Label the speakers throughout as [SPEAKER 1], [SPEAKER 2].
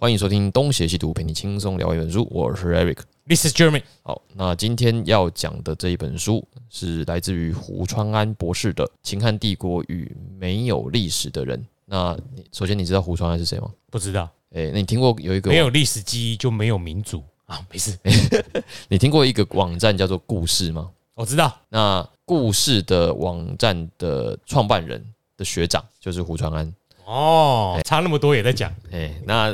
[SPEAKER 1] 欢迎收听《东邪西毒》，陪你轻松聊一本书。我是 Eric。
[SPEAKER 2] This is Jeremy。
[SPEAKER 1] 好，那今天要讲的这一本书是来自于胡川安博士的《秦汉帝国与没有历史的人》。那你首先你知道胡川安是谁吗？
[SPEAKER 2] 不知道，
[SPEAKER 1] 诶、那你听过有一个
[SPEAKER 2] 没有历史记忆就没有民主啊，没事，
[SPEAKER 1] 你听过一个网站叫做故事吗？
[SPEAKER 2] 我知道。
[SPEAKER 1] 那故事的网站的创办人的学长就是胡传安。
[SPEAKER 2] 哦，差那么多也在讲
[SPEAKER 1] 哎、那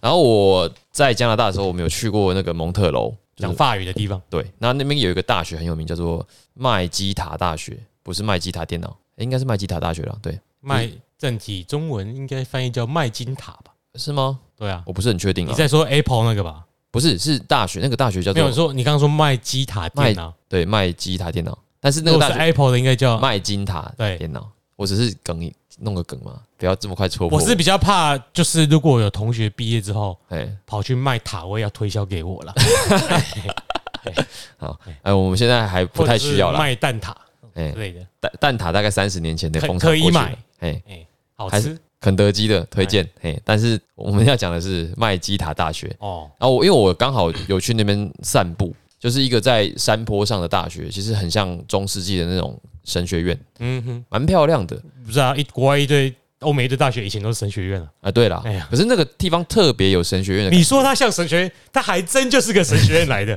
[SPEAKER 1] 然后我在加拿大的时候，我们有去过那个蒙特楼，就
[SPEAKER 2] 讲
[SPEAKER 1] 是
[SPEAKER 2] 法语的地方，
[SPEAKER 1] 对，那那边有一个大学很有名，叫做麦基塔大学，不是麦基塔电脑，诶应该是麦基塔大学啦。对，
[SPEAKER 2] 麦正体中文应该翻译叫麦金塔吧？
[SPEAKER 1] 是吗？
[SPEAKER 2] 对啊，
[SPEAKER 1] 我不是很确定
[SPEAKER 2] 你
[SPEAKER 1] 啊。
[SPEAKER 2] 在说 Apple 那个吧？
[SPEAKER 1] 不是，是大学，那个大学叫
[SPEAKER 2] 没有
[SPEAKER 1] 做
[SPEAKER 2] 说你刚刚说麦基塔电脑，
[SPEAKER 1] 对麦基塔电脑，但是那
[SPEAKER 2] 如
[SPEAKER 1] 个大
[SPEAKER 2] 果是
[SPEAKER 1] 学哎
[SPEAKER 2] Apple 的应该叫。
[SPEAKER 1] 麦金塔
[SPEAKER 2] 对
[SPEAKER 1] 电脑，我只是梗弄个梗嘛，不要这么快戳破
[SPEAKER 2] 我是比较怕，就是如果有同学毕业之后
[SPEAKER 1] 哎。
[SPEAKER 2] 跑去卖塔位要推销给我了，
[SPEAKER 1] 哎，我们现在还 不太需要
[SPEAKER 2] 或者
[SPEAKER 1] 啦。
[SPEAKER 2] 是卖蛋挞
[SPEAKER 1] 哎
[SPEAKER 2] 之，类的，
[SPEAKER 1] 蛋蛋挞大概三十年前的
[SPEAKER 2] 可
[SPEAKER 1] 风潮
[SPEAKER 2] 可以
[SPEAKER 1] 过去了
[SPEAKER 2] 买，
[SPEAKER 1] 哎，
[SPEAKER 2] 好
[SPEAKER 1] 还
[SPEAKER 2] 吃
[SPEAKER 1] 肯德基的推荐，哎，但是我们要讲的是麦基塔大学。
[SPEAKER 2] 哦。
[SPEAKER 1] 然后我因为我刚好有去那边散步，就是一个在山坡上的大学，其实很像中世纪的那种神学院，
[SPEAKER 2] 嗯哼，
[SPEAKER 1] 蛮漂亮的
[SPEAKER 2] 不是啊，一国外一堆欧美一堆大学以前都是神学院啊。
[SPEAKER 1] 啊。对啦
[SPEAKER 2] 哎呀，
[SPEAKER 1] 可是那个地方特别有神学院的感
[SPEAKER 2] 你
[SPEAKER 1] 觉。
[SPEAKER 2] 说他像神学院，他还真就是个神学院 来的。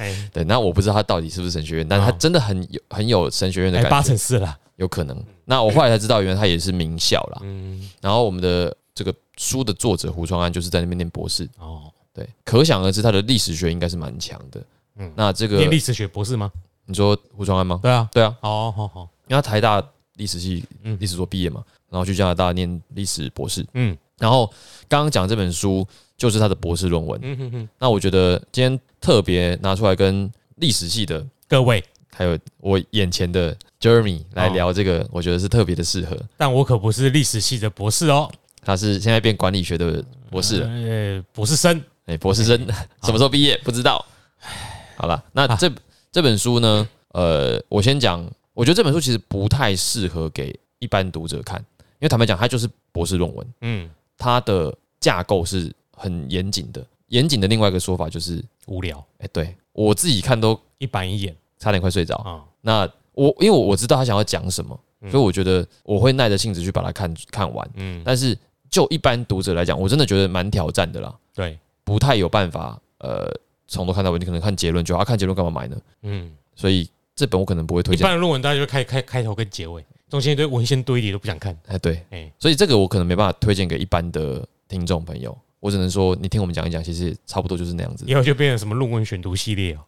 [SPEAKER 2] 哎，
[SPEAKER 1] 对，那我不知道它到底是不是神学院，但它
[SPEAKER 2] 哦
[SPEAKER 1] 真的很有很有神学院的
[SPEAKER 2] 哎八
[SPEAKER 1] 感觉，
[SPEAKER 2] 成是啦。
[SPEAKER 1] 有可能。那我后来才知道，原来它也是名校啦。
[SPEAKER 2] 嗯，
[SPEAKER 1] 然后我们的这个书的作者胡川安就是在那边念博士，
[SPEAKER 2] 哦，
[SPEAKER 1] 对，可想而知他的历史学应该是蛮强的。嗯
[SPEAKER 2] 嗯，
[SPEAKER 1] 那这个
[SPEAKER 2] 念历史学博士吗？
[SPEAKER 1] 你说胡川安吗？
[SPEAKER 2] 对啊，
[SPEAKER 1] 对啊，
[SPEAKER 2] 哦，好好，
[SPEAKER 1] 因为他台大历史系
[SPEAKER 2] 嗯
[SPEAKER 1] 历史所毕业嘛，然后去加拿大念历史博士。
[SPEAKER 2] 嗯
[SPEAKER 1] 然后刚刚讲这本书就是他的博士论文。
[SPEAKER 2] 嗯哼哼，
[SPEAKER 1] 那我觉得今天特别拿出来跟历史系的，
[SPEAKER 2] 各位，
[SPEAKER 1] 还有我眼前的 Jeremy
[SPEAKER 2] 哦
[SPEAKER 1] 来聊这个，我觉得是特别的适合。
[SPEAKER 2] 但我可不是历史系的博士哦，
[SPEAKER 1] 他是现在变管理学的博士了。
[SPEAKER 2] 呃，博士生，
[SPEAKER 1] 哎、博士生 什么时候毕业不知道。
[SPEAKER 2] 哎
[SPEAKER 1] 好
[SPEAKER 2] 啊
[SPEAKER 1] 了，那这、这本书呢？呃，我先讲，我觉得这本书其实不太适合给一般读者看，因为坦白讲，它就是博士论文，
[SPEAKER 2] 嗯，
[SPEAKER 1] 它的架构是很严谨的。严谨的另外一个说法就是，
[SPEAKER 2] 无聊，
[SPEAKER 1] 哎、对我自己看都
[SPEAKER 2] 一板一眼
[SPEAKER 1] 差点快睡着。
[SPEAKER 2] 啊，
[SPEAKER 1] 那我因为我知道他想要讲什么，所以我觉得我会耐着性子去把它看看完。
[SPEAKER 2] 嗯，
[SPEAKER 1] 但是就一般读者来讲，我真的觉得蛮挑战的啦。
[SPEAKER 2] 对，
[SPEAKER 1] 不太有办法呃从头看到尾，你可能看结论就好，啊、看结论干嘛买呢？
[SPEAKER 2] 嗯，
[SPEAKER 1] 所以这本我可能不会推
[SPEAKER 2] 一
[SPEAKER 1] 荐
[SPEAKER 2] 般。的论文大家就开开开头跟结尾，中间一堆文献堆叠都不想看，
[SPEAKER 1] 哎，对，
[SPEAKER 2] 哎，
[SPEAKER 1] 所以这个我可能没办法推荐给一般的听众朋友。我只能说，你听我们讲一讲，其实差不多就是那样子
[SPEAKER 2] 以。后就变成什么论文选读系列哦，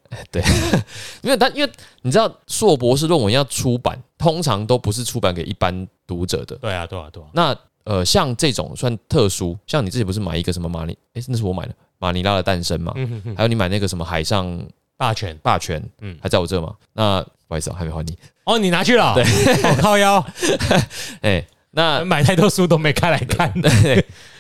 [SPEAKER 1] 因为但因为你知道，硕博士论文要出版，通常都不是出版给一般读者的。
[SPEAKER 2] 对啊，对啊，对啊，
[SPEAKER 1] 那呃，像这种算特殊，像你自己不是买一个什么马尼？诶，那是我买的马尼拉的诞生嘛？
[SPEAKER 2] 嗯哼哼，
[SPEAKER 1] 还有你买那个什么海上
[SPEAKER 2] 霸权，
[SPEAKER 1] 霸权，嗯
[SPEAKER 2] 嗯，
[SPEAKER 1] 还在我这吗？那不好意思、哦，还没还你。
[SPEAKER 2] 哦，你拿去了，对，靠腰，
[SPEAKER 1] 诶，哎那
[SPEAKER 2] 买太多书都没开来 看。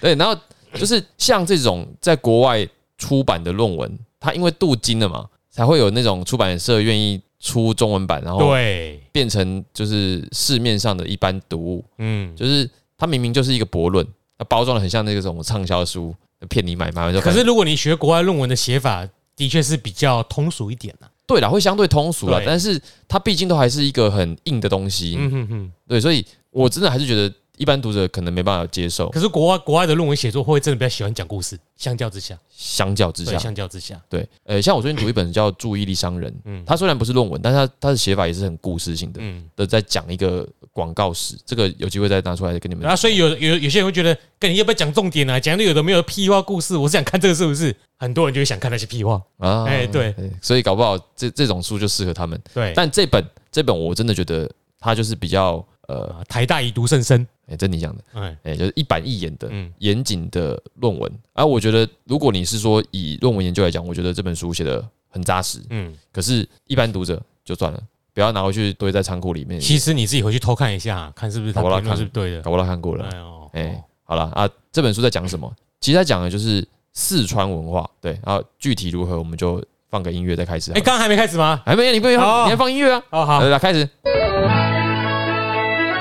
[SPEAKER 1] 对，然后就是像这种在国外出版的论文，它因为镀金了嘛，才会有那种出版社愿意出中文版，然
[SPEAKER 2] 哦
[SPEAKER 1] 后
[SPEAKER 2] 对，
[SPEAKER 1] 变成就是市面上的一般读物，
[SPEAKER 2] 嗯，
[SPEAKER 1] 就是它明明就是一个博论，它包装的很像那种畅销书，骗你买，买完之后
[SPEAKER 2] 可
[SPEAKER 1] 发
[SPEAKER 2] 是
[SPEAKER 1] 现。
[SPEAKER 2] 如果你学国外论文的写法，的确是比较通俗一点啊。
[SPEAKER 1] 对啦，会相对通俗啦，
[SPEAKER 2] 对
[SPEAKER 1] 但是它毕竟都还是一个很硬的东西，
[SPEAKER 2] 嗯哼哼。
[SPEAKER 1] 对，所以我真的还是觉得一般读者可能没办法接受。
[SPEAKER 2] 可是国外国外的论文写作会真的比较喜欢讲故事，相较之下，
[SPEAKER 1] 相较之
[SPEAKER 2] 对，
[SPEAKER 1] 下，
[SPEAKER 2] 相较之下，
[SPEAKER 1] 对，呃，像我最近读一本叫《注意力商人》，嗯
[SPEAKER 2] 嗯，
[SPEAKER 1] 它虽然不是论文，但是它它的写法也是很故事性的，
[SPEAKER 2] 嗯，
[SPEAKER 1] 的在讲一个广告史，这个有机会再拿出来跟你们
[SPEAKER 2] 然。后啊所以有有有些人会觉得，跟你要不要讲重点啊？讲的有的没有的屁话故事，我是想看这个是不是？很多人就会想看那些屁话，
[SPEAKER 1] 啊
[SPEAKER 2] 哎对，
[SPEAKER 1] 所以搞不好这这种书就适合他们。
[SPEAKER 2] 对，
[SPEAKER 1] 但这本这本我真的觉得它就是比较呃，
[SPEAKER 2] 啊台大以读甚深，
[SPEAKER 1] 哎，这你讲的，
[SPEAKER 2] 哎，
[SPEAKER 1] 哎，就是一板一眼的
[SPEAKER 2] 嗯
[SPEAKER 1] 严谨的论文。啊，我觉得如果你是说以论文研究来讲，我觉得这本书写的很扎实，
[SPEAKER 2] 嗯，
[SPEAKER 1] 可是一般读者就算了，不要拿回去堆在仓库里面，
[SPEAKER 2] 其实你自己回去偷看一下，看是不是他
[SPEAKER 1] 搞不好
[SPEAKER 2] 评论
[SPEAKER 1] 看
[SPEAKER 2] 是不是对的。
[SPEAKER 1] 搞不到看过了。
[SPEAKER 2] 哎哦，
[SPEAKER 1] 哎、
[SPEAKER 2] 哦
[SPEAKER 1] 好了啊，这本书在讲什么？其实在讲的就是四川文化，对，然后具体如何，我们就放个音乐再开始好
[SPEAKER 2] 哎，
[SPEAKER 1] 了。
[SPEAKER 2] 刚刚还没开始吗？
[SPEAKER 1] 还没有，你不用放，
[SPEAKER 2] 哦
[SPEAKER 1] 你还放音乐啊？
[SPEAKER 2] 哦好，哦，
[SPEAKER 1] 来，来开始。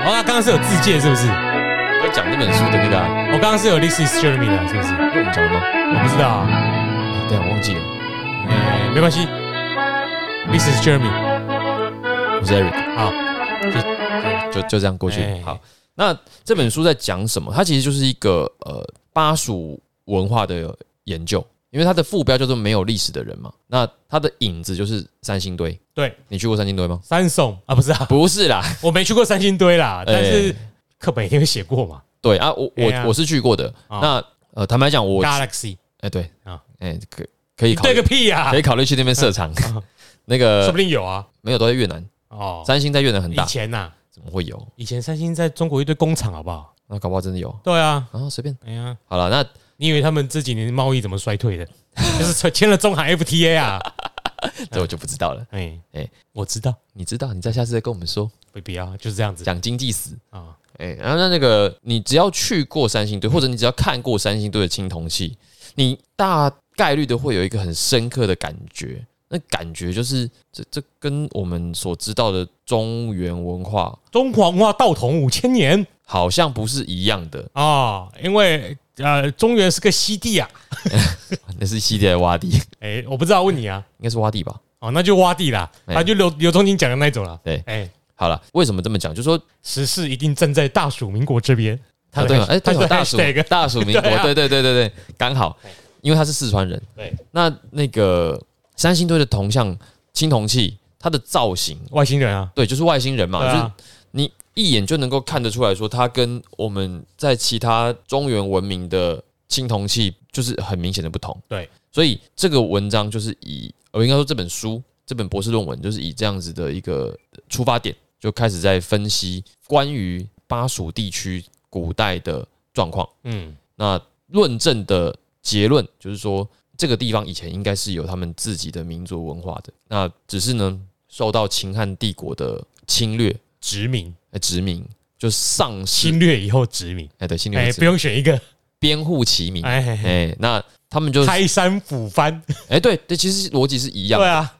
[SPEAKER 2] 那刚刚是有自介是不是？
[SPEAKER 1] 对要讲这本书的那个、啊，
[SPEAKER 2] 我刚刚是有 This is Jeremy 的，是不是？
[SPEAKER 1] 那我们讲了吗？
[SPEAKER 2] 我不知道啊，
[SPEAKER 1] 哎对啊，我忘记了，
[SPEAKER 2] 哎，没关系。This is Jeremy，
[SPEAKER 1] 我是 Eric，
[SPEAKER 2] 好，
[SPEAKER 1] 就就这样过去
[SPEAKER 2] 哎。
[SPEAKER 1] 好，那这本书在讲什么？它其实就是一个呃巴蜀文化的研究，因为它的副标叫做“没有历史的人”嘛。那它的影子就是三星堆。
[SPEAKER 2] 对，
[SPEAKER 1] 你去过三星堆吗？
[SPEAKER 2] 三宋啊，不是啊，
[SPEAKER 1] 不是啦，
[SPEAKER 2] 我没去过三星堆啦，但是
[SPEAKER 1] 哎
[SPEAKER 2] 课本一定会写过嘛。
[SPEAKER 1] 对啊，我
[SPEAKER 2] 哎呀
[SPEAKER 1] 我我是去过的。
[SPEAKER 2] 哦
[SPEAKER 1] 那呃，坦白讲，我
[SPEAKER 2] Galaxy
[SPEAKER 1] 哎对
[SPEAKER 2] 啊
[SPEAKER 1] 啊，哎可可以
[SPEAKER 2] 你
[SPEAKER 1] 考虑
[SPEAKER 2] 对个屁呀
[SPEAKER 1] 可，以考虑去那边设厂
[SPEAKER 2] 啊。
[SPEAKER 1] 那
[SPEAKER 2] 说
[SPEAKER 1] 个
[SPEAKER 2] 不定有啊。
[SPEAKER 1] 没有都在越南，
[SPEAKER 2] 哦，
[SPEAKER 1] 三星在越南很
[SPEAKER 2] 以
[SPEAKER 1] 大，
[SPEAKER 2] 前呐，
[SPEAKER 1] 怎么会有？
[SPEAKER 2] 以前三星在中国一堆工厂，好不好？
[SPEAKER 1] 那搞不好真的有
[SPEAKER 2] 对啊，
[SPEAKER 1] 啊，随便。
[SPEAKER 2] 哎呀，
[SPEAKER 1] 好了，那
[SPEAKER 2] 你以为他们这几年贸易怎么衰退的？ 就是签签了中韩 FTA 啊。
[SPEAKER 1] 这我就不知道了。
[SPEAKER 2] 哎哎
[SPEAKER 1] 哎，
[SPEAKER 2] 我知道，
[SPEAKER 1] 你知道，你再下次再跟我们说
[SPEAKER 2] 不不要，就是这样子
[SPEAKER 1] 讲经济史。
[SPEAKER 2] 啊。
[SPEAKER 1] 哎、然后那那个，你只要去过三星堆，或者你只要看过三星堆的青铜器，你大概率的会有一个很深刻的感觉。那感觉就是，这这跟我们所知道的中原文化
[SPEAKER 2] 中华文化道统五千年
[SPEAKER 1] 好像不是一样的，
[SPEAKER 2] 啊、因为呃，中原是个西地啊。
[SPEAKER 1] 那是西地还是洼地，应
[SPEAKER 2] 哎、我不知道，问你啊。
[SPEAKER 1] 该是洼地吧？
[SPEAKER 2] 哦，那就洼地啦，
[SPEAKER 1] 哎
[SPEAKER 2] 啊，就刘刘仲卿讲的那种啦。
[SPEAKER 1] 对
[SPEAKER 2] 哎、
[SPEAKER 1] 好了，为什么这么讲？就说
[SPEAKER 2] 时事一定站在大蜀民国这边。
[SPEAKER 1] 啊，对了，哎，
[SPEAKER 2] 他
[SPEAKER 1] 对
[SPEAKER 2] 的
[SPEAKER 1] 了，大蜀
[SPEAKER 2] hashtag
[SPEAKER 1] 大蜀民国，
[SPEAKER 2] 对啊
[SPEAKER 1] 对对对对对，刚好
[SPEAKER 2] 对，
[SPEAKER 1] 因为他是四川人。
[SPEAKER 2] 对，
[SPEAKER 1] 那那个三星堆的铜像青铜器，它的造型，
[SPEAKER 2] 外星人啊，
[SPEAKER 1] 对，就是外星人嘛，
[SPEAKER 2] 对
[SPEAKER 1] 就是
[SPEAKER 2] 啊，
[SPEAKER 1] 你一眼就能够看得出来说，它跟我们在其他中原文明的青铜器就是很明显的不同。
[SPEAKER 2] 对，
[SPEAKER 1] 所以这个文章就是以，我应该说这本书，这本博士论文就是以这样子的一个出发点，就开始在分析关于巴蜀地区古代的状况。
[SPEAKER 2] 嗯，
[SPEAKER 1] 那论证的结论就是说，这个地方以前应该是有他们自己的民族文化的，那只是呢受到秦汉帝国的侵略、
[SPEAKER 2] 殖民
[SPEAKER 1] 呃殖民，就丧失
[SPEAKER 2] 侵略以后殖民，
[SPEAKER 1] 哎对侵略
[SPEAKER 2] 哎、
[SPEAKER 1] 的殖
[SPEAKER 2] 不
[SPEAKER 1] 民，
[SPEAKER 2] 用选一个，
[SPEAKER 1] 编户齐民
[SPEAKER 2] 哎、
[SPEAKER 1] 哎，那他们就哎
[SPEAKER 2] 开山斧翻，
[SPEAKER 1] 对对，其实逻辑是一样
[SPEAKER 2] 对
[SPEAKER 1] 的，
[SPEAKER 2] 啊。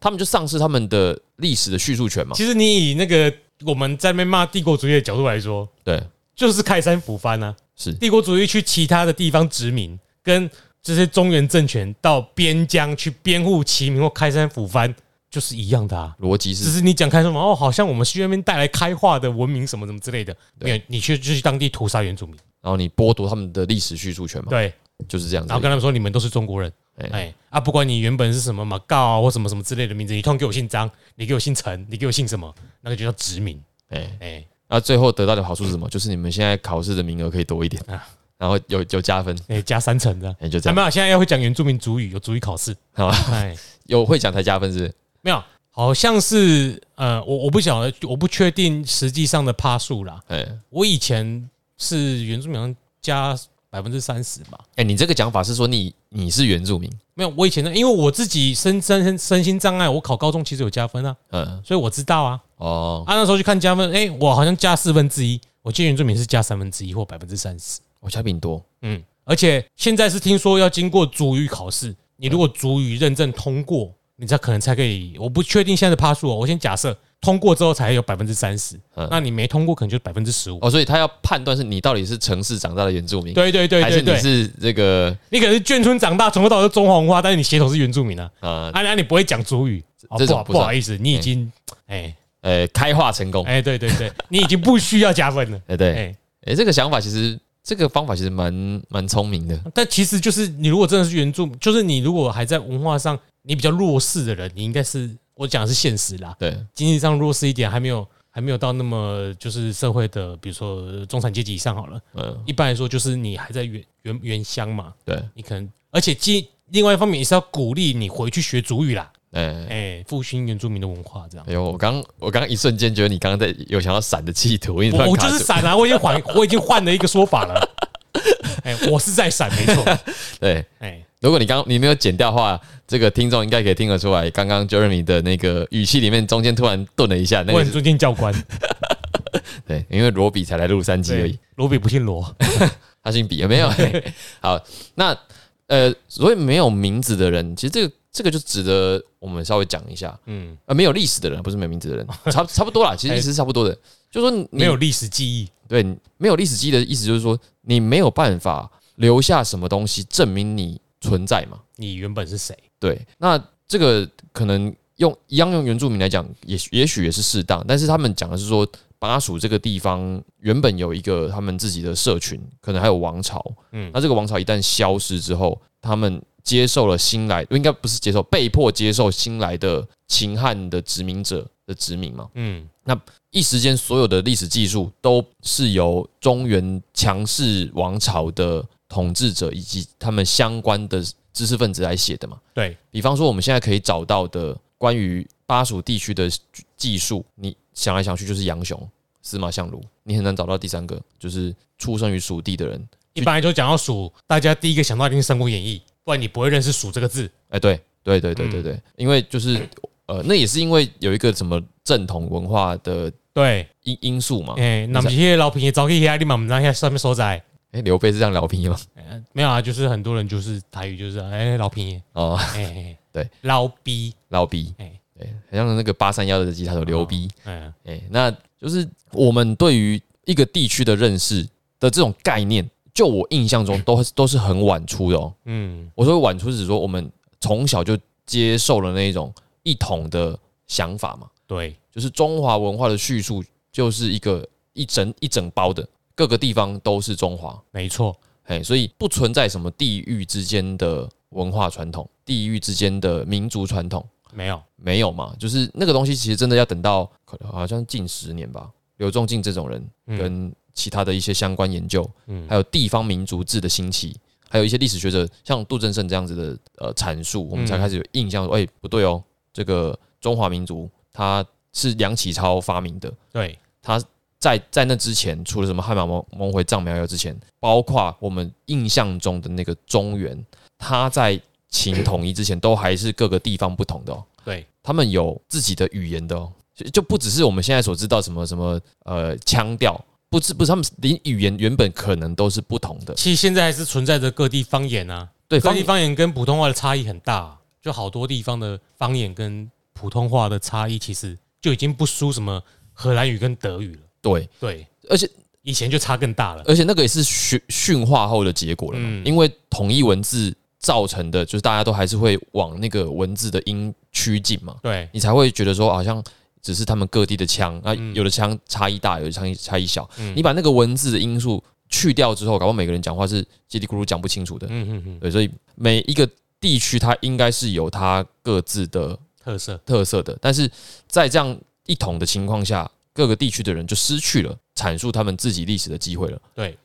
[SPEAKER 1] 他们就丧失他们的历史的叙述权嘛，
[SPEAKER 2] 其实你以那个我们在那边骂帝国主义的角度来说，
[SPEAKER 1] 对，
[SPEAKER 2] 就是开山斧翻啊。
[SPEAKER 1] 是
[SPEAKER 2] 帝国主义去其他的地方殖民，跟这些中原政权到边疆去编户齐民或开山抚番，就是一样的啊。
[SPEAKER 1] 逻辑
[SPEAKER 2] 只
[SPEAKER 1] 是
[SPEAKER 2] 是你讲开什么哦，好像我们去那边带来开化的文明什么什么之类的，
[SPEAKER 1] 对
[SPEAKER 2] 没有，你去就去当地屠杀原住民，
[SPEAKER 1] 然后你剥夺他们的历史叙述权嘛，
[SPEAKER 2] 对，
[SPEAKER 1] 就是这样子
[SPEAKER 2] 然后，跟他们说你们都是中国人，
[SPEAKER 1] 哎
[SPEAKER 2] 哎啊，不管你原本是什么马告啊或什么什么之类的名字，你突然给我姓张，你给我姓陈，你给我姓什么，那个就叫殖民，
[SPEAKER 1] 哎。
[SPEAKER 2] 哎，
[SPEAKER 1] 那最后得到的好处是什么？就是你们现在考试的名额可以多一点
[SPEAKER 2] 啊
[SPEAKER 1] 然后有有加分，
[SPEAKER 2] 哎加三层的，
[SPEAKER 1] 哎、就这
[SPEAKER 2] 还没
[SPEAKER 1] 样，
[SPEAKER 2] 有，现在要会讲原住民族语，有族语考试，
[SPEAKER 1] 好吧？
[SPEAKER 2] 哎。
[SPEAKER 1] 有会讲才加分是不是？
[SPEAKER 2] 没有，好像是呃，我我不晓得，我不确定实际上的趴数啦。
[SPEAKER 1] 哎、
[SPEAKER 2] 我以前是原住民好像加百分之三十吧，
[SPEAKER 1] 哎、你这个讲法是说你你是原住民，
[SPEAKER 2] 没有，我以前呢，因为我自己身身身身心障碍，我考高中其实有加分啊，
[SPEAKER 1] 嗯，
[SPEAKER 2] 所以我知道啊。
[SPEAKER 1] 哦，
[SPEAKER 2] 啊，那时候去看加分，哎、我好像加四分之一，我记得原住民是加三分之一或百分之三十，
[SPEAKER 1] 我家比你多，
[SPEAKER 2] 嗯，而且现在是听说要经过主语考试，你如果主语认证通过，你才可能才可以。我不确定现在的趴数哦，我先假设通过之后才有百分之三十，
[SPEAKER 1] 嗯
[SPEAKER 2] 那你没通过可能就百分之十五。
[SPEAKER 1] 哦，所以他要判断是你到底是城市长大的原住民，
[SPEAKER 2] 对对对对
[SPEAKER 1] 还
[SPEAKER 2] 对，
[SPEAKER 1] 是你是这个
[SPEAKER 2] 你可能是眷村长大，从头到尾都中华文化，但是你血统是原住民啊，
[SPEAKER 1] 呃
[SPEAKER 2] 啊，那你不会讲主语，哦
[SPEAKER 1] 这
[SPEAKER 2] 不
[SPEAKER 1] 种
[SPEAKER 2] 好
[SPEAKER 1] 不
[SPEAKER 2] 不
[SPEAKER 1] 算
[SPEAKER 2] 好意思，你已经哎
[SPEAKER 1] 呃开化成功？哎、
[SPEAKER 2] 哎对对对， 你已经不需要加分了，
[SPEAKER 1] 对，哎、
[SPEAKER 2] 哎，
[SPEAKER 1] 这个想法其实这个方法其实蛮蛮聪明的，
[SPEAKER 2] 但其实就是你如果真的是原住，就是你如果还在文化上你比较弱势的人，你应该是我讲的是现实啦，
[SPEAKER 1] 对，
[SPEAKER 2] 经济上弱势一点，还没有还没有到那么就是社会的，比如说中产阶级以上好了。
[SPEAKER 1] 嗯、
[SPEAKER 2] 一般来说，就是你还在原原原乡嘛，
[SPEAKER 1] 对，
[SPEAKER 2] 你可能而且基另外一方面也是要鼓励你回去学主语啦，
[SPEAKER 1] 哎、
[SPEAKER 2] 哎、复兴原住民的文化这样。
[SPEAKER 1] 哎呦，我刚我刚一瞬间觉得你刚刚在有想要闪的企图，因为你突
[SPEAKER 2] 我
[SPEAKER 1] 然
[SPEAKER 2] 我
[SPEAKER 1] 卡
[SPEAKER 2] 就是
[SPEAKER 1] 住
[SPEAKER 2] 闪啊，我已经换我已经换了一个说法 了。哎、我是在闪，没错。
[SPEAKER 1] 对，
[SPEAKER 2] 哎、
[SPEAKER 1] 如果你刚你没有剪掉的话，这个听众应该可以听得出来，刚刚 Jeremy 的那个语气里面中间突然顿了一下，那个
[SPEAKER 2] 我很
[SPEAKER 1] 是
[SPEAKER 2] 尊敬教官，
[SPEAKER 1] 对，因为罗比才来录三集而已
[SPEAKER 2] 对，，罗比不姓罗。
[SPEAKER 1] 他姓比有没有？好，那呃，所以没有名字的人，其实这个这个就值得我们稍微讲一下。
[SPEAKER 2] 嗯，哎
[SPEAKER 1] 啊，没有历史的人不是没名字的 人，差差不多啦，其实意思是差不多的。就说你
[SPEAKER 2] 没有历史记忆，
[SPEAKER 1] 对你没有历史记忆的意思，就是说你没有办法留下什么东西证明你存在嘛。
[SPEAKER 2] 你原本是谁？
[SPEAKER 1] 对，那这个可能用一样用原住民来讲，也许也许也是适当，但是他们讲的是说，巴蜀这个地方原本有一个他们自己的社群，可能还有王朝，
[SPEAKER 2] 嗯
[SPEAKER 1] 嗯，那这个王朝一旦消失之后，他们接受了新来，应该不是接受，被迫接受新来的秦汉的殖民者的殖民嘛，
[SPEAKER 2] 嗯，
[SPEAKER 1] 一时间所有的历史技术都是由中原强势王朝的统治者以及他们相关的知识分子来写的嘛。
[SPEAKER 2] 对，
[SPEAKER 1] 比方说，我们现在可以找到的关于巴蜀地区的技术，你想来想去就是杨雄、司马相如，你很难找到第三个，就是出生于蜀地的人。
[SPEAKER 2] 一般来说讲到蜀，大家第一个想到一定是《三国演义》，不然你不会认识“蜀”这个字。
[SPEAKER 1] 哎，对，对，对，
[SPEAKER 2] 嗯
[SPEAKER 1] 对，对，对，因为就是呃，那也是因为有一个什么正统文化的
[SPEAKER 2] 对，
[SPEAKER 1] 因因素嘛。
[SPEAKER 2] 哎，那么这些老平也早可以下，立马我们让下上面所在。
[SPEAKER 1] 哎，刘备是这样聊批吗？
[SPEAKER 2] 呃没有啊，就是很多人就是台语就是哎老平爷，
[SPEAKER 1] 哦，
[SPEAKER 2] 哎哎，哎
[SPEAKER 1] 对，
[SPEAKER 2] 老逼，
[SPEAKER 1] 老逼，
[SPEAKER 2] 哎
[SPEAKER 1] 对，很像那个八三幺的吉他手刘逼，
[SPEAKER 2] 嗯，
[SPEAKER 1] 哎、那就是我们对于一个地区的认识的这种概念，就我印象中都都是很晚出的哦。
[SPEAKER 2] 嗯，
[SPEAKER 1] 我说晚出是指说我们从小就接受了那一种一统的想法嘛，
[SPEAKER 2] 对，
[SPEAKER 1] 就是中华文化的叙述就是一个一整一整包的，各个地方都是中华，
[SPEAKER 2] 没错，
[SPEAKER 1] 哎，所以不存在什么地域之间的文化传统，地域之间的民族传统。
[SPEAKER 2] 没有，
[SPEAKER 1] 没有嘛，就是那个东西其实真的要等到可能好像近十年吧，刘仲敬这种人
[SPEAKER 2] 嗯
[SPEAKER 1] 跟其他的一些相关研究，
[SPEAKER 2] 嗯
[SPEAKER 1] 还有地方民族志的兴起，还有一些历史学者像杜振胜这样子的呃阐述，我们才
[SPEAKER 2] 嗯
[SPEAKER 1] 开始有印象说，哎、不对哦，这个中华民族它是梁启超发明的，
[SPEAKER 2] 对，
[SPEAKER 1] 在在那之前，除了什么汉马蒙蒙回藏苗药之前，包括我们印象中的那个中原，它在秦统一之前，都还是各个地方不同的哦。
[SPEAKER 2] 对，
[SPEAKER 1] 他们有自己的语言的哦，就就不只是我们现在所知道什么什么呃腔调，不是不是他们连语言原本可能都是不同的，
[SPEAKER 2] 其实现在还是存在着各地方言啊，
[SPEAKER 1] 对
[SPEAKER 2] 各
[SPEAKER 1] 方
[SPEAKER 2] 地方言跟普通话的差异很大、就好多地方的方言跟普通话的差异，其实就已经不输什么荷兰语跟德语了。
[SPEAKER 1] 对，
[SPEAKER 2] 对，
[SPEAKER 1] 而且
[SPEAKER 2] 以前就差更大了。
[SPEAKER 1] 而且那个也是驯驯化后的结果了嘛，
[SPEAKER 2] 嗯
[SPEAKER 1] 因为统一文字造成的，就是大家都还是会往那个文字的音趋近嘛，
[SPEAKER 2] 对，
[SPEAKER 1] 你才会觉得说好像只是他们各地的腔，那
[SPEAKER 2] 嗯
[SPEAKER 1] 有的腔差异大，有的腔差异小。
[SPEAKER 2] 嗯
[SPEAKER 1] 你把那个文字的因素去掉之后，搞不好每个人讲话是叽里咕噜讲不清楚的。
[SPEAKER 2] 嗯嗯嗯，
[SPEAKER 1] 对，所以每一个地区它应该是有它各自的
[SPEAKER 2] 特色。
[SPEAKER 1] 特色的，但是在这样一统的情况下，各个地区的人就失去了阐述他们自己历史的机会了。
[SPEAKER 2] 对，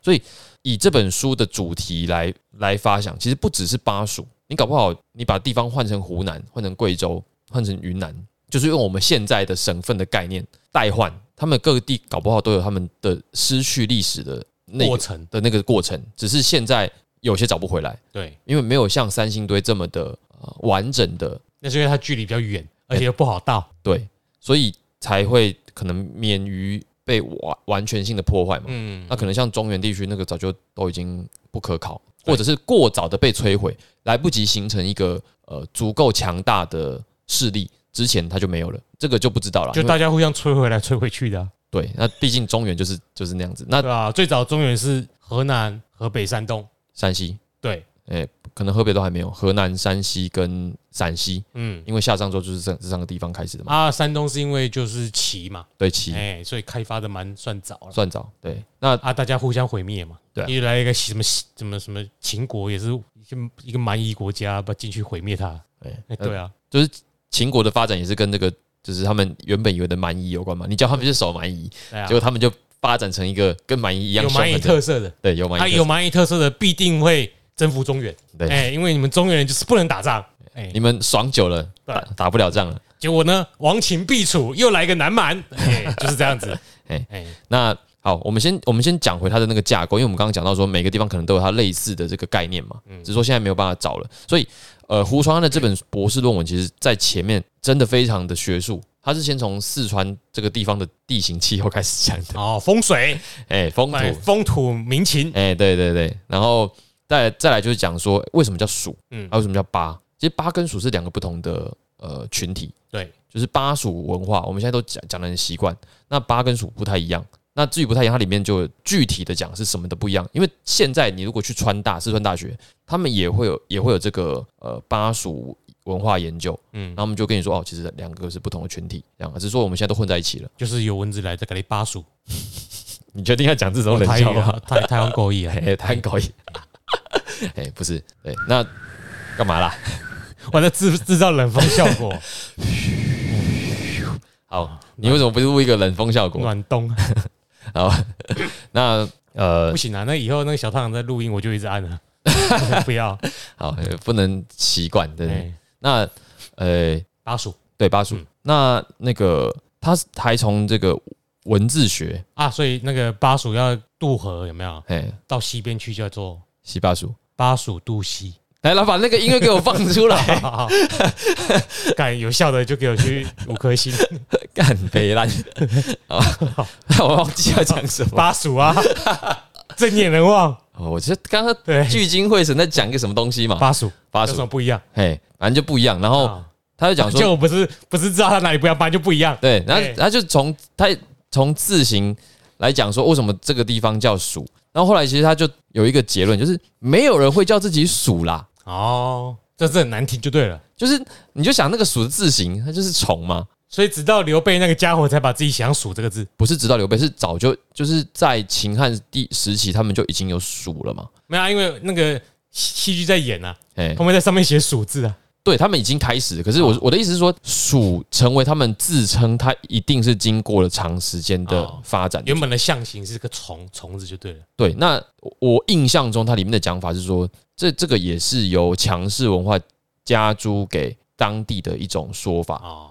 [SPEAKER 1] 以这本书的主题来来发想，其实不只是巴蜀，你搞不好你把地方换成湖南、换成贵州、换成云南，就是用我们现在的省份的概念代换，他们各个地搞不好都有他们的失去历史的那
[SPEAKER 2] 过
[SPEAKER 1] 个
[SPEAKER 2] 程。
[SPEAKER 1] 的那个过程，只是现在有些找不回来，
[SPEAKER 2] 对，
[SPEAKER 1] 因为没有像三星堆这么的、呃、完整的
[SPEAKER 2] 那是因为它距离比较远，而
[SPEAKER 1] 哎
[SPEAKER 2] 且又不好到。
[SPEAKER 1] 对，所以才会可能免于被完完全性的破坏嘛。
[SPEAKER 2] 嗯，
[SPEAKER 1] 那可能像中原地区那个早就都已经不可考，或者是过早的被摧毁，来不及形成一个呃足够强大的势力之前，它就没有了。这个就不知道了。
[SPEAKER 2] 就
[SPEAKER 1] 因为
[SPEAKER 2] 大家互相吹回来、吹回去的啊、
[SPEAKER 1] 对，那毕竟中原就是就是那样子。那
[SPEAKER 2] 对啊，最早中原是河南、河北、山东。
[SPEAKER 1] 山西，
[SPEAKER 2] 对，
[SPEAKER 1] 哎、可能河北都还没有，河南、山西跟陕西，
[SPEAKER 2] 嗯，
[SPEAKER 1] 因为夏商周就是这这三个地方开始的嘛。
[SPEAKER 2] 啊，山东是因为就是齐嘛，
[SPEAKER 1] 对，齐
[SPEAKER 2] 哎、所以开发的蛮算早了。
[SPEAKER 1] 算早。对，那
[SPEAKER 2] 啊，大家互相毁灭嘛。
[SPEAKER 1] 对啊
[SPEAKER 2] 一来一个什么什么什么秦国，也是一个一个蛮夷国家，把进去毁灭它。
[SPEAKER 1] 哎
[SPEAKER 2] 哎，对啊，
[SPEAKER 1] 秦国的发展也是跟这个，就是他们原本以为的蛮夷有关嘛。你叫他们去守蛮夷，
[SPEAKER 2] 对啊
[SPEAKER 1] 结，果他们呃就发展成一个跟蛮夷一样
[SPEAKER 2] 有
[SPEAKER 1] 凶
[SPEAKER 2] 蛮夷
[SPEAKER 1] 狠的，
[SPEAKER 2] 特色的，
[SPEAKER 1] 对，有蛮夷
[SPEAKER 2] 啊，
[SPEAKER 1] 特色
[SPEAKER 2] 有蛮夷特色的必定会征服中原。
[SPEAKER 1] 对
[SPEAKER 2] 哎，因为你们中原人就是不能打仗。哎
[SPEAKER 1] 你，们爽久了，
[SPEAKER 2] 对
[SPEAKER 1] 打打不了仗了。
[SPEAKER 2] 结果呢，亡秦必楚，又来一个南蛮， 哎，就是这样子。
[SPEAKER 1] 哎
[SPEAKER 2] 哎，
[SPEAKER 1] 那好，我们先我们先讲回它的那个架构，因为我们刚刚讲到说每个地方可能都有它类似的这个概念嘛，
[SPEAKER 2] 嗯
[SPEAKER 1] 只是说现在没有办法找了。所以，呃，胡传安的这本博士论文，其实在前面真的非常的学术，他是先从四川这个地方的地形气候开始讲的，
[SPEAKER 2] 哦，风水，
[SPEAKER 1] 哎，风土，
[SPEAKER 2] 哎风土民情，
[SPEAKER 1] 哎，对对对，然后再再来就是讲说为什么叫蜀，
[SPEAKER 2] 嗯
[SPEAKER 1] 啊，为什么叫巴？其实巴跟蜀是两个不同的呃群体，
[SPEAKER 2] 对，
[SPEAKER 1] 就是巴蜀文化，我们现在都讲讲的很习惯。那巴跟蜀不太一样，那至于不太一样，它里面就有具体的讲是什么的不一样。因为现在你如果去川大、四川大学，他们也会有也会有这个呃巴蜀文化研究，嗯，然后我们就跟你说哦，其实两个是不同的群体，这样，只是说我们现在都混在一起了。
[SPEAKER 2] 就是有蚊子来在给你巴蜀，
[SPEAKER 1] 你确定要讲这种
[SPEAKER 2] 我
[SPEAKER 1] 哦冷
[SPEAKER 2] 台语
[SPEAKER 1] 笑话？
[SPEAKER 2] 啊，台台湾国 语啊，
[SPEAKER 1] 哎，太高一，哎，不是，哎，那干嘛啦？
[SPEAKER 2] 我在制制造冷风效 果，
[SPEAKER 1] 好，你为什么不录一个冷风效果？
[SPEAKER 2] 暖冬
[SPEAKER 1] 好，那呃
[SPEAKER 2] 不，行啊，那以后那个小太阳在录音，我就一 直按了，啊不要，
[SPEAKER 1] 好，呃不能习惯，对。
[SPEAKER 2] 哎，嗯
[SPEAKER 1] 那呃，
[SPEAKER 2] 巴蜀
[SPEAKER 1] 对巴蜀，那那个他是还从这个文字学，
[SPEAKER 2] 啊，所以那个巴蜀要渡河有没有？
[SPEAKER 1] 哎，
[SPEAKER 2] 到西边去叫做
[SPEAKER 1] 西巴蜀。
[SPEAKER 2] 巴蜀渡 西，
[SPEAKER 1] 来了，把那个音乐给我放出
[SPEAKER 2] 哎
[SPEAKER 1] 来，
[SPEAKER 2] 敢有效的就给我去五颗星，
[SPEAKER 1] 干北 烂。好，那我忘记要讲什么。
[SPEAKER 2] 巴蜀啊，正念人望，
[SPEAKER 1] 哦我觉得刚刚
[SPEAKER 2] 对，
[SPEAKER 1] 聚精会神在讲一个什么东西嘛，
[SPEAKER 2] 巴蜀
[SPEAKER 1] 巴
[SPEAKER 2] 哎有什
[SPEAKER 1] 蜀
[SPEAKER 2] 么，不一样？
[SPEAKER 1] 嘿，反正就不一样。然后
[SPEAKER 2] 啊
[SPEAKER 1] 他就讲
[SPEAKER 2] 就
[SPEAKER 1] 哦说，
[SPEAKER 2] 我不是不是知道他哪里不一样，反正就不一样。
[SPEAKER 1] 对，然后
[SPEAKER 2] 对
[SPEAKER 1] 他就从他从字形来讲说，为什么这个地方叫蜀。然后后来其实他就有一个结论，就是没有人会叫自己蜀啦。
[SPEAKER 2] 哦，这是很难听就对了。
[SPEAKER 1] 就是你就想那个鼠的字形，它就是虫嘛，
[SPEAKER 2] 所以直到刘备那个家伙才把自己想数这个字，
[SPEAKER 1] 不是直到刘备，是早就就是在秦汉第时期，他们就已经有鼠了嘛。
[SPEAKER 2] 没有、啊，因为那个戏戏剧在演啊，
[SPEAKER 1] 哎、
[SPEAKER 2] 他们在上面写数字啊。
[SPEAKER 1] 对他们已经开始了，可是我、
[SPEAKER 2] 哦
[SPEAKER 1] 我的意思是说，鼠成为他们自称，它一定是经过了长时间的
[SPEAKER 2] 哦
[SPEAKER 1] 发展。
[SPEAKER 2] 原本的象形是个虫虫子就对了。
[SPEAKER 1] 对，那我我印象中它里面的讲法是说，这这个也是由强势文化加诸给当地的一种说法，
[SPEAKER 2] 哦，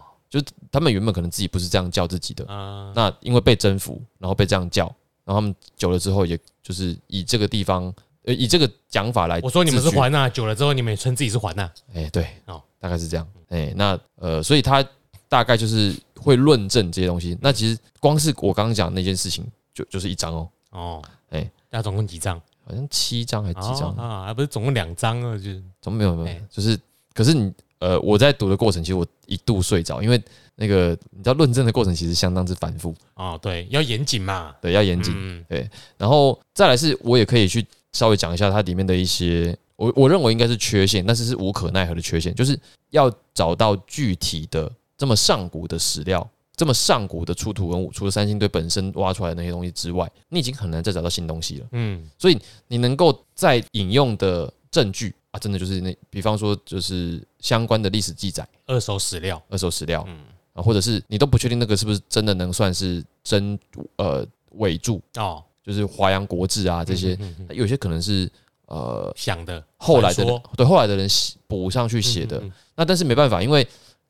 [SPEAKER 1] 他们原本可能自己不是这样叫自己的，
[SPEAKER 2] 嗯、
[SPEAKER 1] 那因为被征服，然后被这样叫，然后他们久了之后，也就是以这个地方，呃，以这个讲法来自居，
[SPEAKER 2] 我说你们是环呐、久了之后你们也称自己是环呐、
[SPEAKER 1] 哎、对，
[SPEAKER 2] 哦
[SPEAKER 1] 大概是这样，哎、那呃，所以他大概就是会论证这些东西。那其实光是我刚刚讲的那件事情，就就是一章哦，
[SPEAKER 2] 哦，
[SPEAKER 1] 哎
[SPEAKER 2] 那总共几张？
[SPEAKER 1] 好像七章还是几章，
[SPEAKER 2] 哦啊？还不是总共两张啊？就是
[SPEAKER 1] 怎么没有没有，
[SPEAKER 2] 哎
[SPEAKER 1] 就是可是你呃，我在读的过程，其实我一度睡着，因为那个你知道论证的过程其实相当之繁复，
[SPEAKER 2] 哦，对，要严谨嘛，
[SPEAKER 1] 对，要严谨。
[SPEAKER 2] 嗯
[SPEAKER 1] 然后再来是我也可以去稍微讲一下它里面的一些，我我认为应该是缺陷，但是是无可奈何的缺陷，就是要找到具体的这么上古的史料，这么上古的出土文物，除了三星堆本身挖出来的那些东西之外，你已经很难再找到新东西了。
[SPEAKER 2] 嗯，
[SPEAKER 1] 所以你能够在引用的证据啊，真的就是那，比方说就是相关的历史记载、
[SPEAKER 2] 二手史料，
[SPEAKER 1] 二手史料，
[SPEAKER 2] 嗯，
[SPEAKER 1] 啊，或者是你都不确定那个是不是真的能算是真呃伪著，
[SPEAKER 2] 哦，
[SPEAKER 1] 就是华阳国志啊这些。
[SPEAKER 2] 嗯嗯嗯
[SPEAKER 1] 有些可能是呃
[SPEAKER 2] 想的，
[SPEAKER 1] 后来的
[SPEAKER 2] 传
[SPEAKER 1] 人
[SPEAKER 2] 说
[SPEAKER 1] 对后来的人写补上去写的。
[SPEAKER 2] 嗯嗯
[SPEAKER 1] 那但是没办法，因为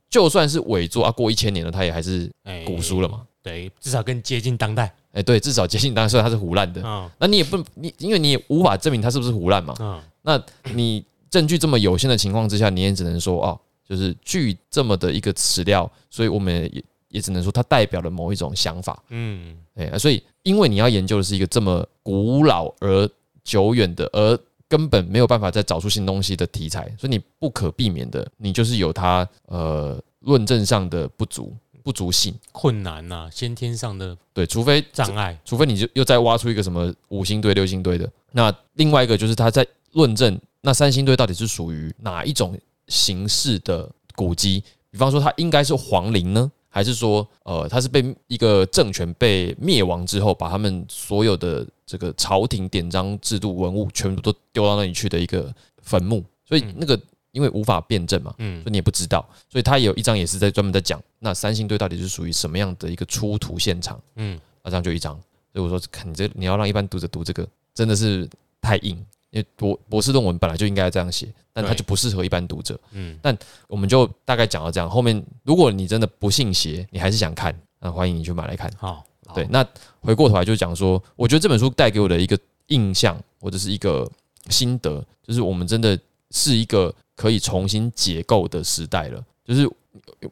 [SPEAKER 1] 就算是伪作啊，过一千年了，它也还是
[SPEAKER 2] 哎
[SPEAKER 1] 古书了嘛。
[SPEAKER 2] 对，至少更接近当代。
[SPEAKER 1] 哎、对，至少接近当时它是胡乱的。
[SPEAKER 2] 嗯
[SPEAKER 1] 那你也不你，因为你也无法证明它是不是胡乱嘛。
[SPEAKER 2] 嗯，
[SPEAKER 1] 那你证据这么有限的情况之下，你也只能说哦，就是据这么的一个史料，所以我们也也只能说它代表了某一种想法。
[SPEAKER 2] 嗯，
[SPEAKER 1] 哎、啊所以因为你要研究的是一个这么古老而久远的，而根本没有办法再找出新东西的题材，所以你不可避免的，你就是有它呃论证上的不足不足性。
[SPEAKER 2] 困难呐、先天上的
[SPEAKER 1] 对，除非
[SPEAKER 2] 障碍。
[SPEAKER 1] 除非你就又再挖出一个什么五星堆、六星堆的。那另外一个就是他在论证那三星堆到底是属于哪一种形式的古迹，比方说它应该是皇陵呢，还是说呃它是被一个政权被灭亡之后，把他们所有的这个朝廷典章制度文物全部都丢到那里去的一个坟墓？所以那个因为无法辩证嘛，
[SPEAKER 2] 嗯
[SPEAKER 1] 所以你也不知道，所以他也有一章也是在专门在讲那三星堆到底是属于什么样的一个出土现场。
[SPEAKER 2] 嗯，
[SPEAKER 1] 那这样就一张。所以我说，看你这你要让一般读者读这个，真的是太硬，因为博博士论文本来就应该这样写，但它
[SPEAKER 2] 对
[SPEAKER 1] 就不适合一般读者。
[SPEAKER 2] 嗯，
[SPEAKER 1] 我们就大概讲到这样，后面如果你真的不信邪，你还是想看，那欢迎你去买来看。
[SPEAKER 2] 好，好
[SPEAKER 1] 对，，那回过头来就讲说，我觉得这本书带给我的一个印象或者是一个心得，就是我们真的是一个可以重新解构的时代了。就是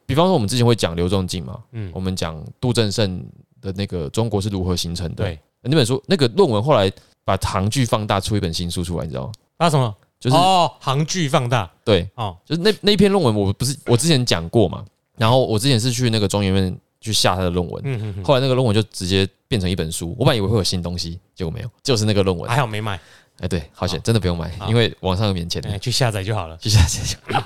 [SPEAKER 1] 比方说，我们之前会讲刘仲敬嘛，
[SPEAKER 2] 嗯
[SPEAKER 1] 我，们讲杜振胜的那个《中国是如何形成的》
[SPEAKER 2] 对，
[SPEAKER 1] 那本书，那个论文后来把唐剧放大出一本新书出来，你知道吗？
[SPEAKER 2] 那什么
[SPEAKER 1] 就是
[SPEAKER 2] 哦，行距放大
[SPEAKER 1] 对，
[SPEAKER 2] 哦，
[SPEAKER 1] 就是那那一篇论文，我不是我之前讲过嘛，然后我之前是去那个中研院去下他的论文，
[SPEAKER 2] 嗯嗯
[SPEAKER 1] 后来那个论文就直接变成一本书，我本来以为会有新东西，结果没有，就是那个论
[SPEAKER 2] 嗯，
[SPEAKER 1] 文。
[SPEAKER 2] 还好没买，
[SPEAKER 1] 哎，对，好险，真的不用买，
[SPEAKER 2] 好
[SPEAKER 1] 因为网上有免钱的
[SPEAKER 2] 哎，。去下载就好了。
[SPEAKER 1] 就 下这种。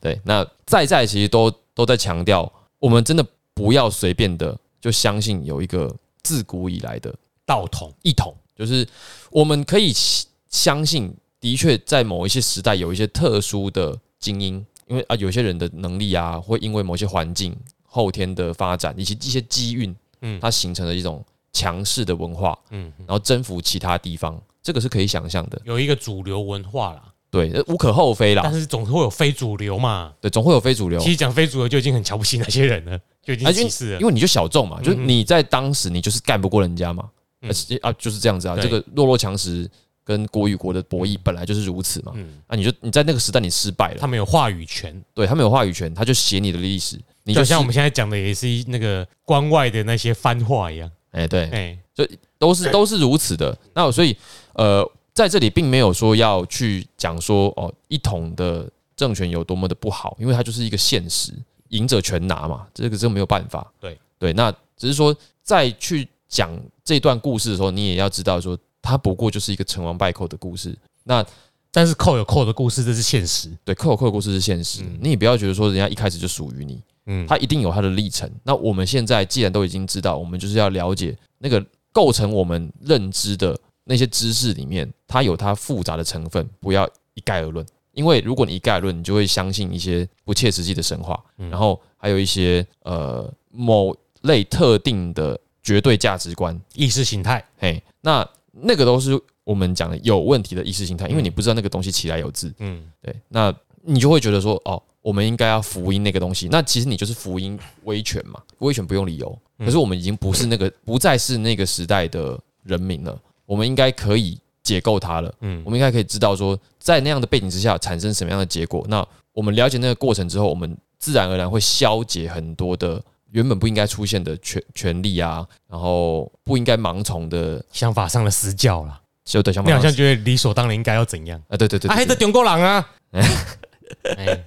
[SPEAKER 1] 对，那在在其实都都在强调，我们真的不要随便的就相信有一个自古以来的
[SPEAKER 2] 道统
[SPEAKER 1] 一统，就是我们可以相信，的确在某一些时代有一些特殊的精英，因为啊，有些人的能力啊，会因为某些环境、后天的发展以及一些机运，
[SPEAKER 2] 嗯
[SPEAKER 1] 嗯，它形成了一种强势的文化，
[SPEAKER 2] 嗯
[SPEAKER 1] 嗯，然后征服其他地方，这个是可以想象的，
[SPEAKER 2] 有一个主流文化啦，
[SPEAKER 1] 对，呃无可厚非啦
[SPEAKER 2] 但，是总是会有非主流嘛。
[SPEAKER 1] 对，总会有非主流。
[SPEAKER 2] 其实讲非主流就已经很瞧不起那些人了，就已经
[SPEAKER 1] 啊
[SPEAKER 2] 歧视了。
[SPEAKER 1] 因为你就小众嘛，
[SPEAKER 2] 嗯
[SPEAKER 1] 就是你在当时你就是干不过人家嘛，
[SPEAKER 2] 嗯
[SPEAKER 1] 而且啊就是这样子啊，
[SPEAKER 2] 对
[SPEAKER 1] 这个弱肉强食跟国与国的博弈本来就是如此嘛，
[SPEAKER 2] 嗯，
[SPEAKER 1] 啊你就你在那个时代你失败了，
[SPEAKER 2] 他们有话语权，
[SPEAKER 1] 对他们有话语权，他就写你的历史，你
[SPEAKER 2] 就是像我们现在讲的也是一那个关外的那些番话一样。
[SPEAKER 1] 哎对，
[SPEAKER 2] 哎，
[SPEAKER 1] 都是都是如此的。那所以呃，在这里并没有说要去讲说哦一统的政权有多么的不好，因为它就是一个现实，赢者全拿嘛，这个真没有办法。
[SPEAKER 2] 对
[SPEAKER 1] 对，那只是说在去讲这段故事的时候，你也要知道说，它不过就是一个成王败寇的故事。那
[SPEAKER 2] 但是寇有寇的故事，这是现实。
[SPEAKER 1] 对寇有寇的故事是现实，
[SPEAKER 2] 嗯
[SPEAKER 1] 你也不要觉得说人家一开始就属于你，
[SPEAKER 2] 嗯，
[SPEAKER 1] 它一定有它的历程。那我们现在既然都已经知道，我们就是要了解那个构成我们认知的那些知识里面，它有它复杂的成分，不要一概而论。因为如果你一概而论，你就会相信一些不切实际的神话，
[SPEAKER 2] 嗯
[SPEAKER 1] 然后还有一些呃某类特定的绝对价值观。
[SPEAKER 2] 意识形态，
[SPEAKER 1] 嘿，那那个都是我们讲的有问题的意识形态，因为
[SPEAKER 2] 嗯
[SPEAKER 1] 你不知道那个东西其来有自。
[SPEAKER 2] 嗯，
[SPEAKER 1] 对，那你就会觉得说，哦，我们应该要福音那个东西。那其实你就是福音威权嘛，威权不用理由。
[SPEAKER 2] 嗯
[SPEAKER 1] 可是我们已经不是那个，不再是那个时代的人民了。我们应该可以解构它了。
[SPEAKER 2] 嗯
[SPEAKER 1] 嗯，我们应该可以知道说，在那样的背景之下产生什么样的结果。那我们了解那个过程之后，我们自然而然会消解很多的原本不应该出现的权权利啊，然后不应该盲从的
[SPEAKER 2] 想法上的死角啦。
[SPEAKER 1] 就对想
[SPEAKER 2] 你
[SPEAKER 1] 法
[SPEAKER 2] 好像
[SPEAKER 1] 上。
[SPEAKER 2] 觉得理所当然应该要怎样？
[SPEAKER 1] 啊，对对对，
[SPEAKER 2] 啊，黑
[SPEAKER 1] 对
[SPEAKER 2] 的中国人啊， 哎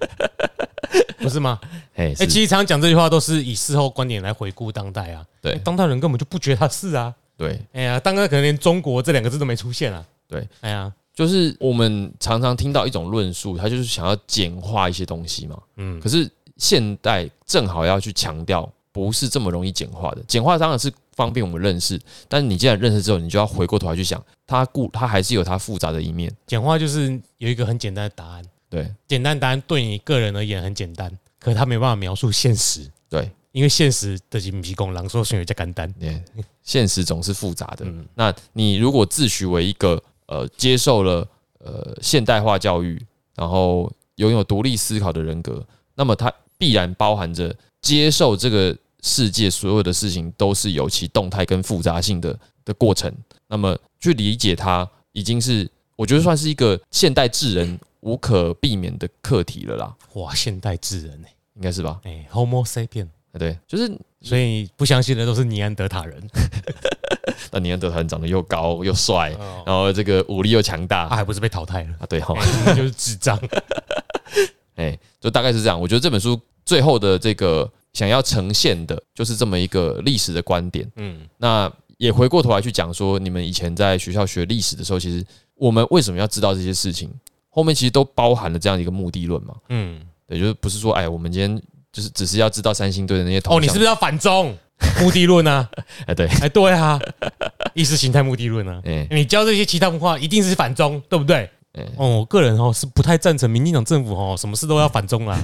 [SPEAKER 2] 不是吗？
[SPEAKER 1] 哎，
[SPEAKER 2] 哎，
[SPEAKER 1] 是
[SPEAKER 2] 其实常常讲这句话都是以事后观点来回顾当代啊。
[SPEAKER 1] 对
[SPEAKER 2] 哎当代人根本就不觉得他是啊。
[SPEAKER 1] 对，
[SPEAKER 2] 哎呀，当代可能连中国这两个字都没出现啊。
[SPEAKER 1] 对，
[SPEAKER 2] 哎呀，
[SPEAKER 1] 就是我们常常听到一种论述，它就是想要简化一些东西嘛。
[SPEAKER 2] 嗯
[SPEAKER 1] 可是现代正好要去强调，不是这么容易简化的。简化当然是方便我们认识，但是你既然认识之后，你就要回过头来去想，它固它还是有它复杂的一面。
[SPEAKER 2] 简化就是有一个很简单的答案，
[SPEAKER 1] 对
[SPEAKER 2] 简单答案对你个人而言很简单，可他没办法描述现实，
[SPEAKER 1] 对，
[SPEAKER 2] 因为现实的是不是讲人所想的才简单。
[SPEAKER 1] 也现实总是复杂的。
[SPEAKER 2] 嗯
[SPEAKER 1] 那你如果自诩为一个呃接受了呃现代化教育，然后拥有独立思考的人格，那么它必然包含着接受这个世界所有的事情都是有其动态跟复杂性的的过程。那么去理解它，已经是我觉得算是一个现代智人无可避免的课题了啦，
[SPEAKER 2] 哇，现代智人哎、
[SPEAKER 1] 应该是吧？哎
[SPEAKER 2] 哎、h o m o sapien，
[SPEAKER 1] 对，就是
[SPEAKER 2] 所以不相信的都是尼安德塔人。
[SPEAKER 1] 那尼安德塔人长得又高又帅，
[SPEAKER 2] 哦
[SPEAKER 1] 然后这个武力又强大
[SPEAKER 2] 他还不是被淘汰了，
[SPEAKER 1] 啊，对哈。
[SPEAKER 2] 哎 就是智 障。
[SPEAKER 1] 哎、就大概是这样。我觉得这本书最后的这个想要呈现的，就是这么一个历史的观点。
[SPEAKER 2] 嗯，
[SPEAKER 1] 那也回过头来去讲说，你们以前在学校学历史的时候，其实我们为什么要知道这些事情？后面其实都包含了这样一个目的论嘛。
[SPEAKER 2] 嗯，
[SPEAKER 1] 对，就是不是说，哎，我们今天就是只是要知道三星堆的那些
[SPEAKER 2] 哦，
[SPEAKER 1] 铜
[SPEAKER 2] 你
[SPEAKER 1] 像。
[SPEAKER 2] 是不是要反中目的论啊？
[SPEAKER 1] 哎，对，
[SPEAKER 2] 哎，对啊，意识形态目的论啊。
[SPEAKER 1] 哎、
[SPEAKER 2] 你教这些其他文化一定是反中，对不对？
[SPEAKER 1] 哎
[SPEAKER 2] 哦，我个人哦是不太赞成民进党政府哦，什么事都要 反中啦。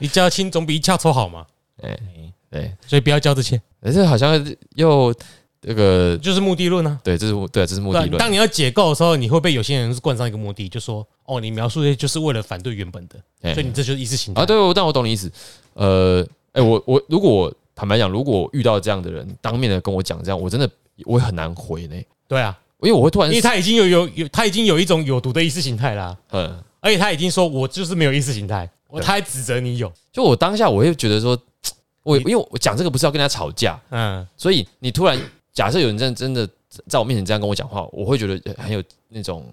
[SPEAKER 2] 一家亲总比一家丑好嘛，
[SPEAKER 1] 哎
[SPEAKER 2] 哎
[SPEAKER 1] 对，
[SPEAKER 2] 所以不要教这些，
[SPEAKER 1] 哎、这好像又这个，
[SPEAKER 2] 就是目的论啊。
[SPEAKER 1] 对，这是我对、这是目的
[SPEAKER 2] 对，啊当
[SPEAKER 1] 论。
[SPEAKER 2] 你要解构的时候，你会被有些人是冠上一个目的，就说哦，你描述这些就是为了反对原本的，
[SPEAKER 1] 哎
[SPEAKER 2] 所以你这就是意识形态
[SPEAKER 1] 啊，。对，我但我懂你意思。呃，哎、我我如果我坦白讲，如果我遇到这样的人，当面的跟我讲这样，我真的我会很难回呢，
[SPEAKER 2] 对啊，
[SPEAKER 1] 因为我会突然
[SPEAKER 2] 因为他已经有有有，他已经有一种有毒的意识形态啦，
[SPEAKER 1] 嗯，
[SPEAKER 2] 而且他已经说我就是没有意识形态，我
[SPEAKER 1] 对
[SPEAKER 2] 他还指责你有，
[SPEAKER 1] 就我当下我会觉得说，我
[SPEAKER 2] 你
[SPEAKER 1] 因为我讲这个不是要跟他吵架，
[SPEAKER 2] 嗯，
[SPEAKER 1] 所以你突然假设有人真的真的在我面前这样跟我讲话，我会觉得很有那种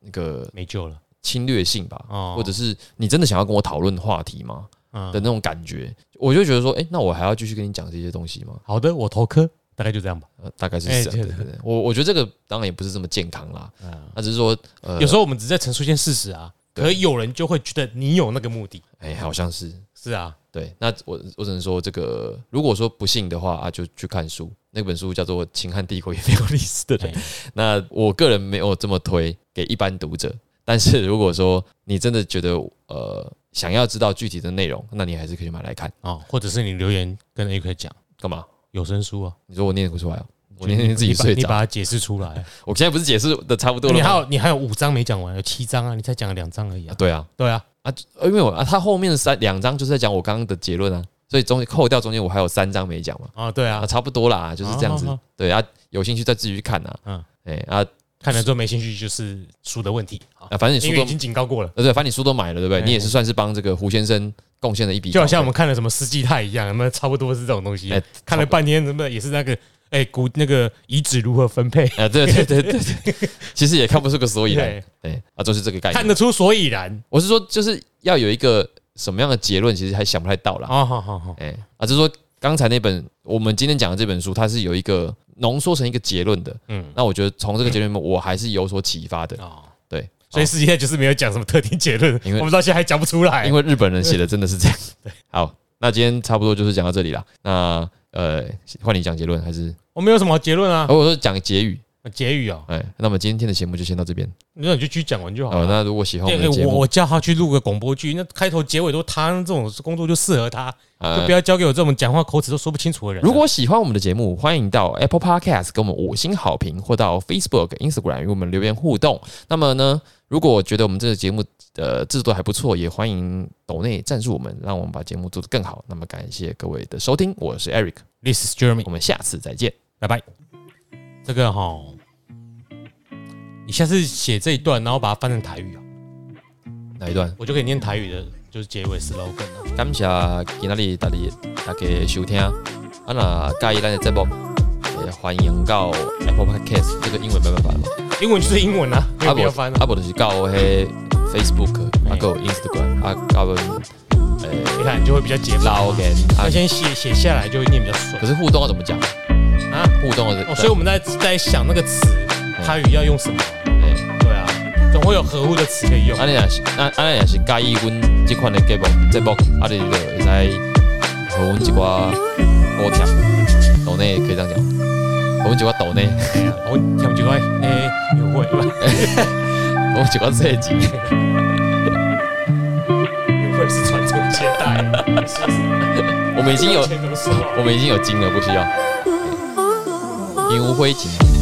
[SPEAKER 1] 那个
[SPEAKER 2] 没救了。
[SPEAKER 1] 侵略性吧，
[SPEAKER 2] 哦
[SPEAKER 1] 或者是你真的想要跟我讨论话题吗
[SPEAKER 2] 嗯
[SPEAKER 1] 的，那种感觉，我就觉得说，哎，那我还要继续跟你讲这些东西吗？
[SPEAKER 2] 好的，我投科，大概就这样吧。
[SPEAKER 1] 呃大概是
[SPEAKER 2] 哎
[SPEAKER 1] 这样。
[SPEAKER 2] 对
[SPEAKER 1] 对对对，我我觉得这个当然也不是这么健康啦，那只是说，呃
[SPEAKER 2] 嗯有，时候我们只是在陈述一件事实啊，
[SPEAKER 1] 对
[SPEAKER 2] 可是有人就会觉得你有那个目的。
[SPEAKER 1] 哎，好像是
[SPEAKER 2] 是啊，
[SPEAKER 1] 对。那我我只能说，这个如果说不信的话啊，就去看书，那本书叫做《秦汉帝国与没有历史的人》
[SPEAKER 2] 哎
[SPEAKER 1] 那我个人没有这么推给一般读者，但是如果说你真的觉得呃想要知道具体的内容，那你还是可以买来看。
[SPEAKER 2] 哦，或者是你留言跟 A 哥讲
[SPEAKER 1] 干嘛？
[SPEAKER 2] 有声书啊，
[SPEAKER 1] 你说我念不出来哦、我
[SPEAKER 2] 就
[SPEAKER 1] 念
[SPEAKER 2] 你
[SPEAKER 1] 天自己
[SPEAKER 2] 你把
[SPEAKER 1] 睡
[SPEAKER 2] 你把
[SPEAKER 1] 着。
[SPEAKER 2] 它解释出来。
[SPEAKER 1] 我现在不是解释的差不多了
[SPEAKER 2] 你
[SPEAKER 1] 吗？
[SPEAKER 2] 还有你还有五章没讲完，有七章啊，你才讲了两章而已
[SPEAKER 1] 啊
[SPEAKER 2] 啊。
[SPEAKER 1] 对啊
[SPEAKER 2] 对啊，
[SPEAKER 1] 啊，呃因为我啊，他后面三两章就是在讲我刚刚的结论啊，所以中扣掉中间我还有三章没讲嘛，
[SPEAKER 2] 啊对
[SPEAKER 1] 啊，
[SPEAKER 2] 啊，
[SPEAKER 1] 差不多啦，就是这样子
[SPEAKER 2] 好好好。
[SPEAKER 1] 对啊，有兴趣再自己去看啊。
[SPEAKER 2] 嗯
[SPEAKER 1] 嗯，哎啊
[SPEAKER 2] 看了之后没兴趣就是书的问题啊，
[SPEAKER 1] 啊，反正你
[SPEAKER 2] 因
[SPEAKER 1] 书
[SPEAKER 2] 为
[SPEAKER 1] 都
[SPEAKER 2] 已经警告过了。
[SPEAKER 1] 呃对，反正你书都买了，对不对？
[SPEAKER 2] 哎
[SPEAKER 1] 你也是算是帮这个胡先生贡献了一笔，
[SPEAKER 2] 就好像我们看了什么《世纪泰》一样，那差不多是这种东西啊
[SPEAKER 1] 哎。
[SPEAKER 2] 看了半天，什么也是那个，哎，古那个遗址如何分配，
[SPEAKER 1] 啊，对对对对对，其实也看不出个所 以然，
[SPEAKER 2] 对，
[SPEAKER 1] 哎啊，就是这个概
[SPEAKER 2] 看
[SPEAKER 1] 念。
[SPEAKER 2] 得出所以然。
[SPEAKER 1] 我是说，就是要有一个什么样的结论，其实还想不太到啦。
[SPEAKER 2] 哦，好好好，
[SPEAKER 1] 哎、啊，就是说刚才那本我们今天讲的这本书，它是有一个浓缩成一个结论的。
[SPEAKER 2] 嗯，
[SPEAKER 1] 那我觉得从这个结论里面，我还是有所启发的。
[SPEAKER 2] 哦，
[SPEAKER 1] 哎对，
[SPEAKER 2] 所以世纪泰就是没有讲什么特定结论，
[SPEAKER 1] 因为
[SPEAKER 2] 我们到现在还讲不出来。
[SPEAKER 1] 因为日本人写的真的是这样。好，那今天差不多就是讲到这里啦。那呃，换你讲结论还是？
[SPEAKER 2] 我没有什么结论啊
[SPEAKER 1] 啊、，我说讲结语。
[SPEAKER 2] 结语哦，
[SPEAKER 1] 哎、那么今天的节目就先到这边。
[SPEAKER 2] 那你就继续讲完就好
[SPEAKER 1] 哦，
[SPEAKER 2] 了。
[SPEAKER 1] 那如果喜欢我
[SPEAKER 2] 对
[SPEAKER 1] 们的节
[SPEAKER 2] 我
[SPEAKER 1] 目，
[SPEAKER 2] 我叫他去录个广播剧，那开头结尾都他这种工作就适合他，就
[SPEAKER 1] 呃
[SPEAKER 2] 不，要交给我这种讲话口齿都说不清楚的人啊。
[SPEAKER 1] 如果喜欢我们的节目，欢迎到 Apple Podcast 给我们五星好评，或到 Facebook、Instagram 与我们留言互动。那么呢，如果觉得我们这个节目呃制作还不错，也欢迎抖内赞助我们，让我们把节目做得更好。那么感谢各位的收听，我是 Eric，
[SPEAKER 2] This is Jeremy，
[SPEAKER 1] 我们下次再见。
[SPEAKER 2] 拜拜。这个哈，你下次写这一段，然后把它翻成台语哦，
[SPEAKER 1] 哪一段？
[SPEAKER 2] 我就可以念台语的，就是结尾 slogan 啊了。
[SPEAKER 1] 感谢今仔日大家大家收听。啊，那介意咱的节目，也欢迎到 Apple Podcast 这个英文没办法了。
[SPEAKER 2] 英文就是英文啊，没有必要翻啊。
[SPEAKER 1] 啊无就是到迄 Facebook，啊
[SPEAKER 2] 哎
[SPEAKER 1] 还有 Instagram，啊到阮诶
[SPEAKER 2] 你看，你就会比较解放。
[SPEAKER 1] 啊老人啊
[SPEAKER 2] 那，嗯先写写下来，就会念比较顺
[SPEAKER 1] 可是互动要怎么讲？
[SPEAKER 2] 啊。
[SPEAKER 1] 互动的
[SPEAKER 2] 哦，所以我们在在想那个词，台语要用什么？
[SPEAKER 1] 哎，
[SPEAKER 2] 对啊，总会有合乎的词可以用
[SPEAKER 1] 啊。你若是啊啊你若是介意阮即款的节目节目，啊你就会使互阮一寡补贴，抖内可以这样讲，互阮一寡抖内，
[SPEAKER 2] 哎呀我听几块诶优惠吧，
[SPEAKER 1] 互阮一寡设计。
[SPEAKER 2] 优惠是传宗接代，是不是
[SPEAKER 1] 我们已经有
[SPEAKER 2] 以前怎么说啊
[SPEAKER 1] 我们已经有金了，不需要。银无灰烬。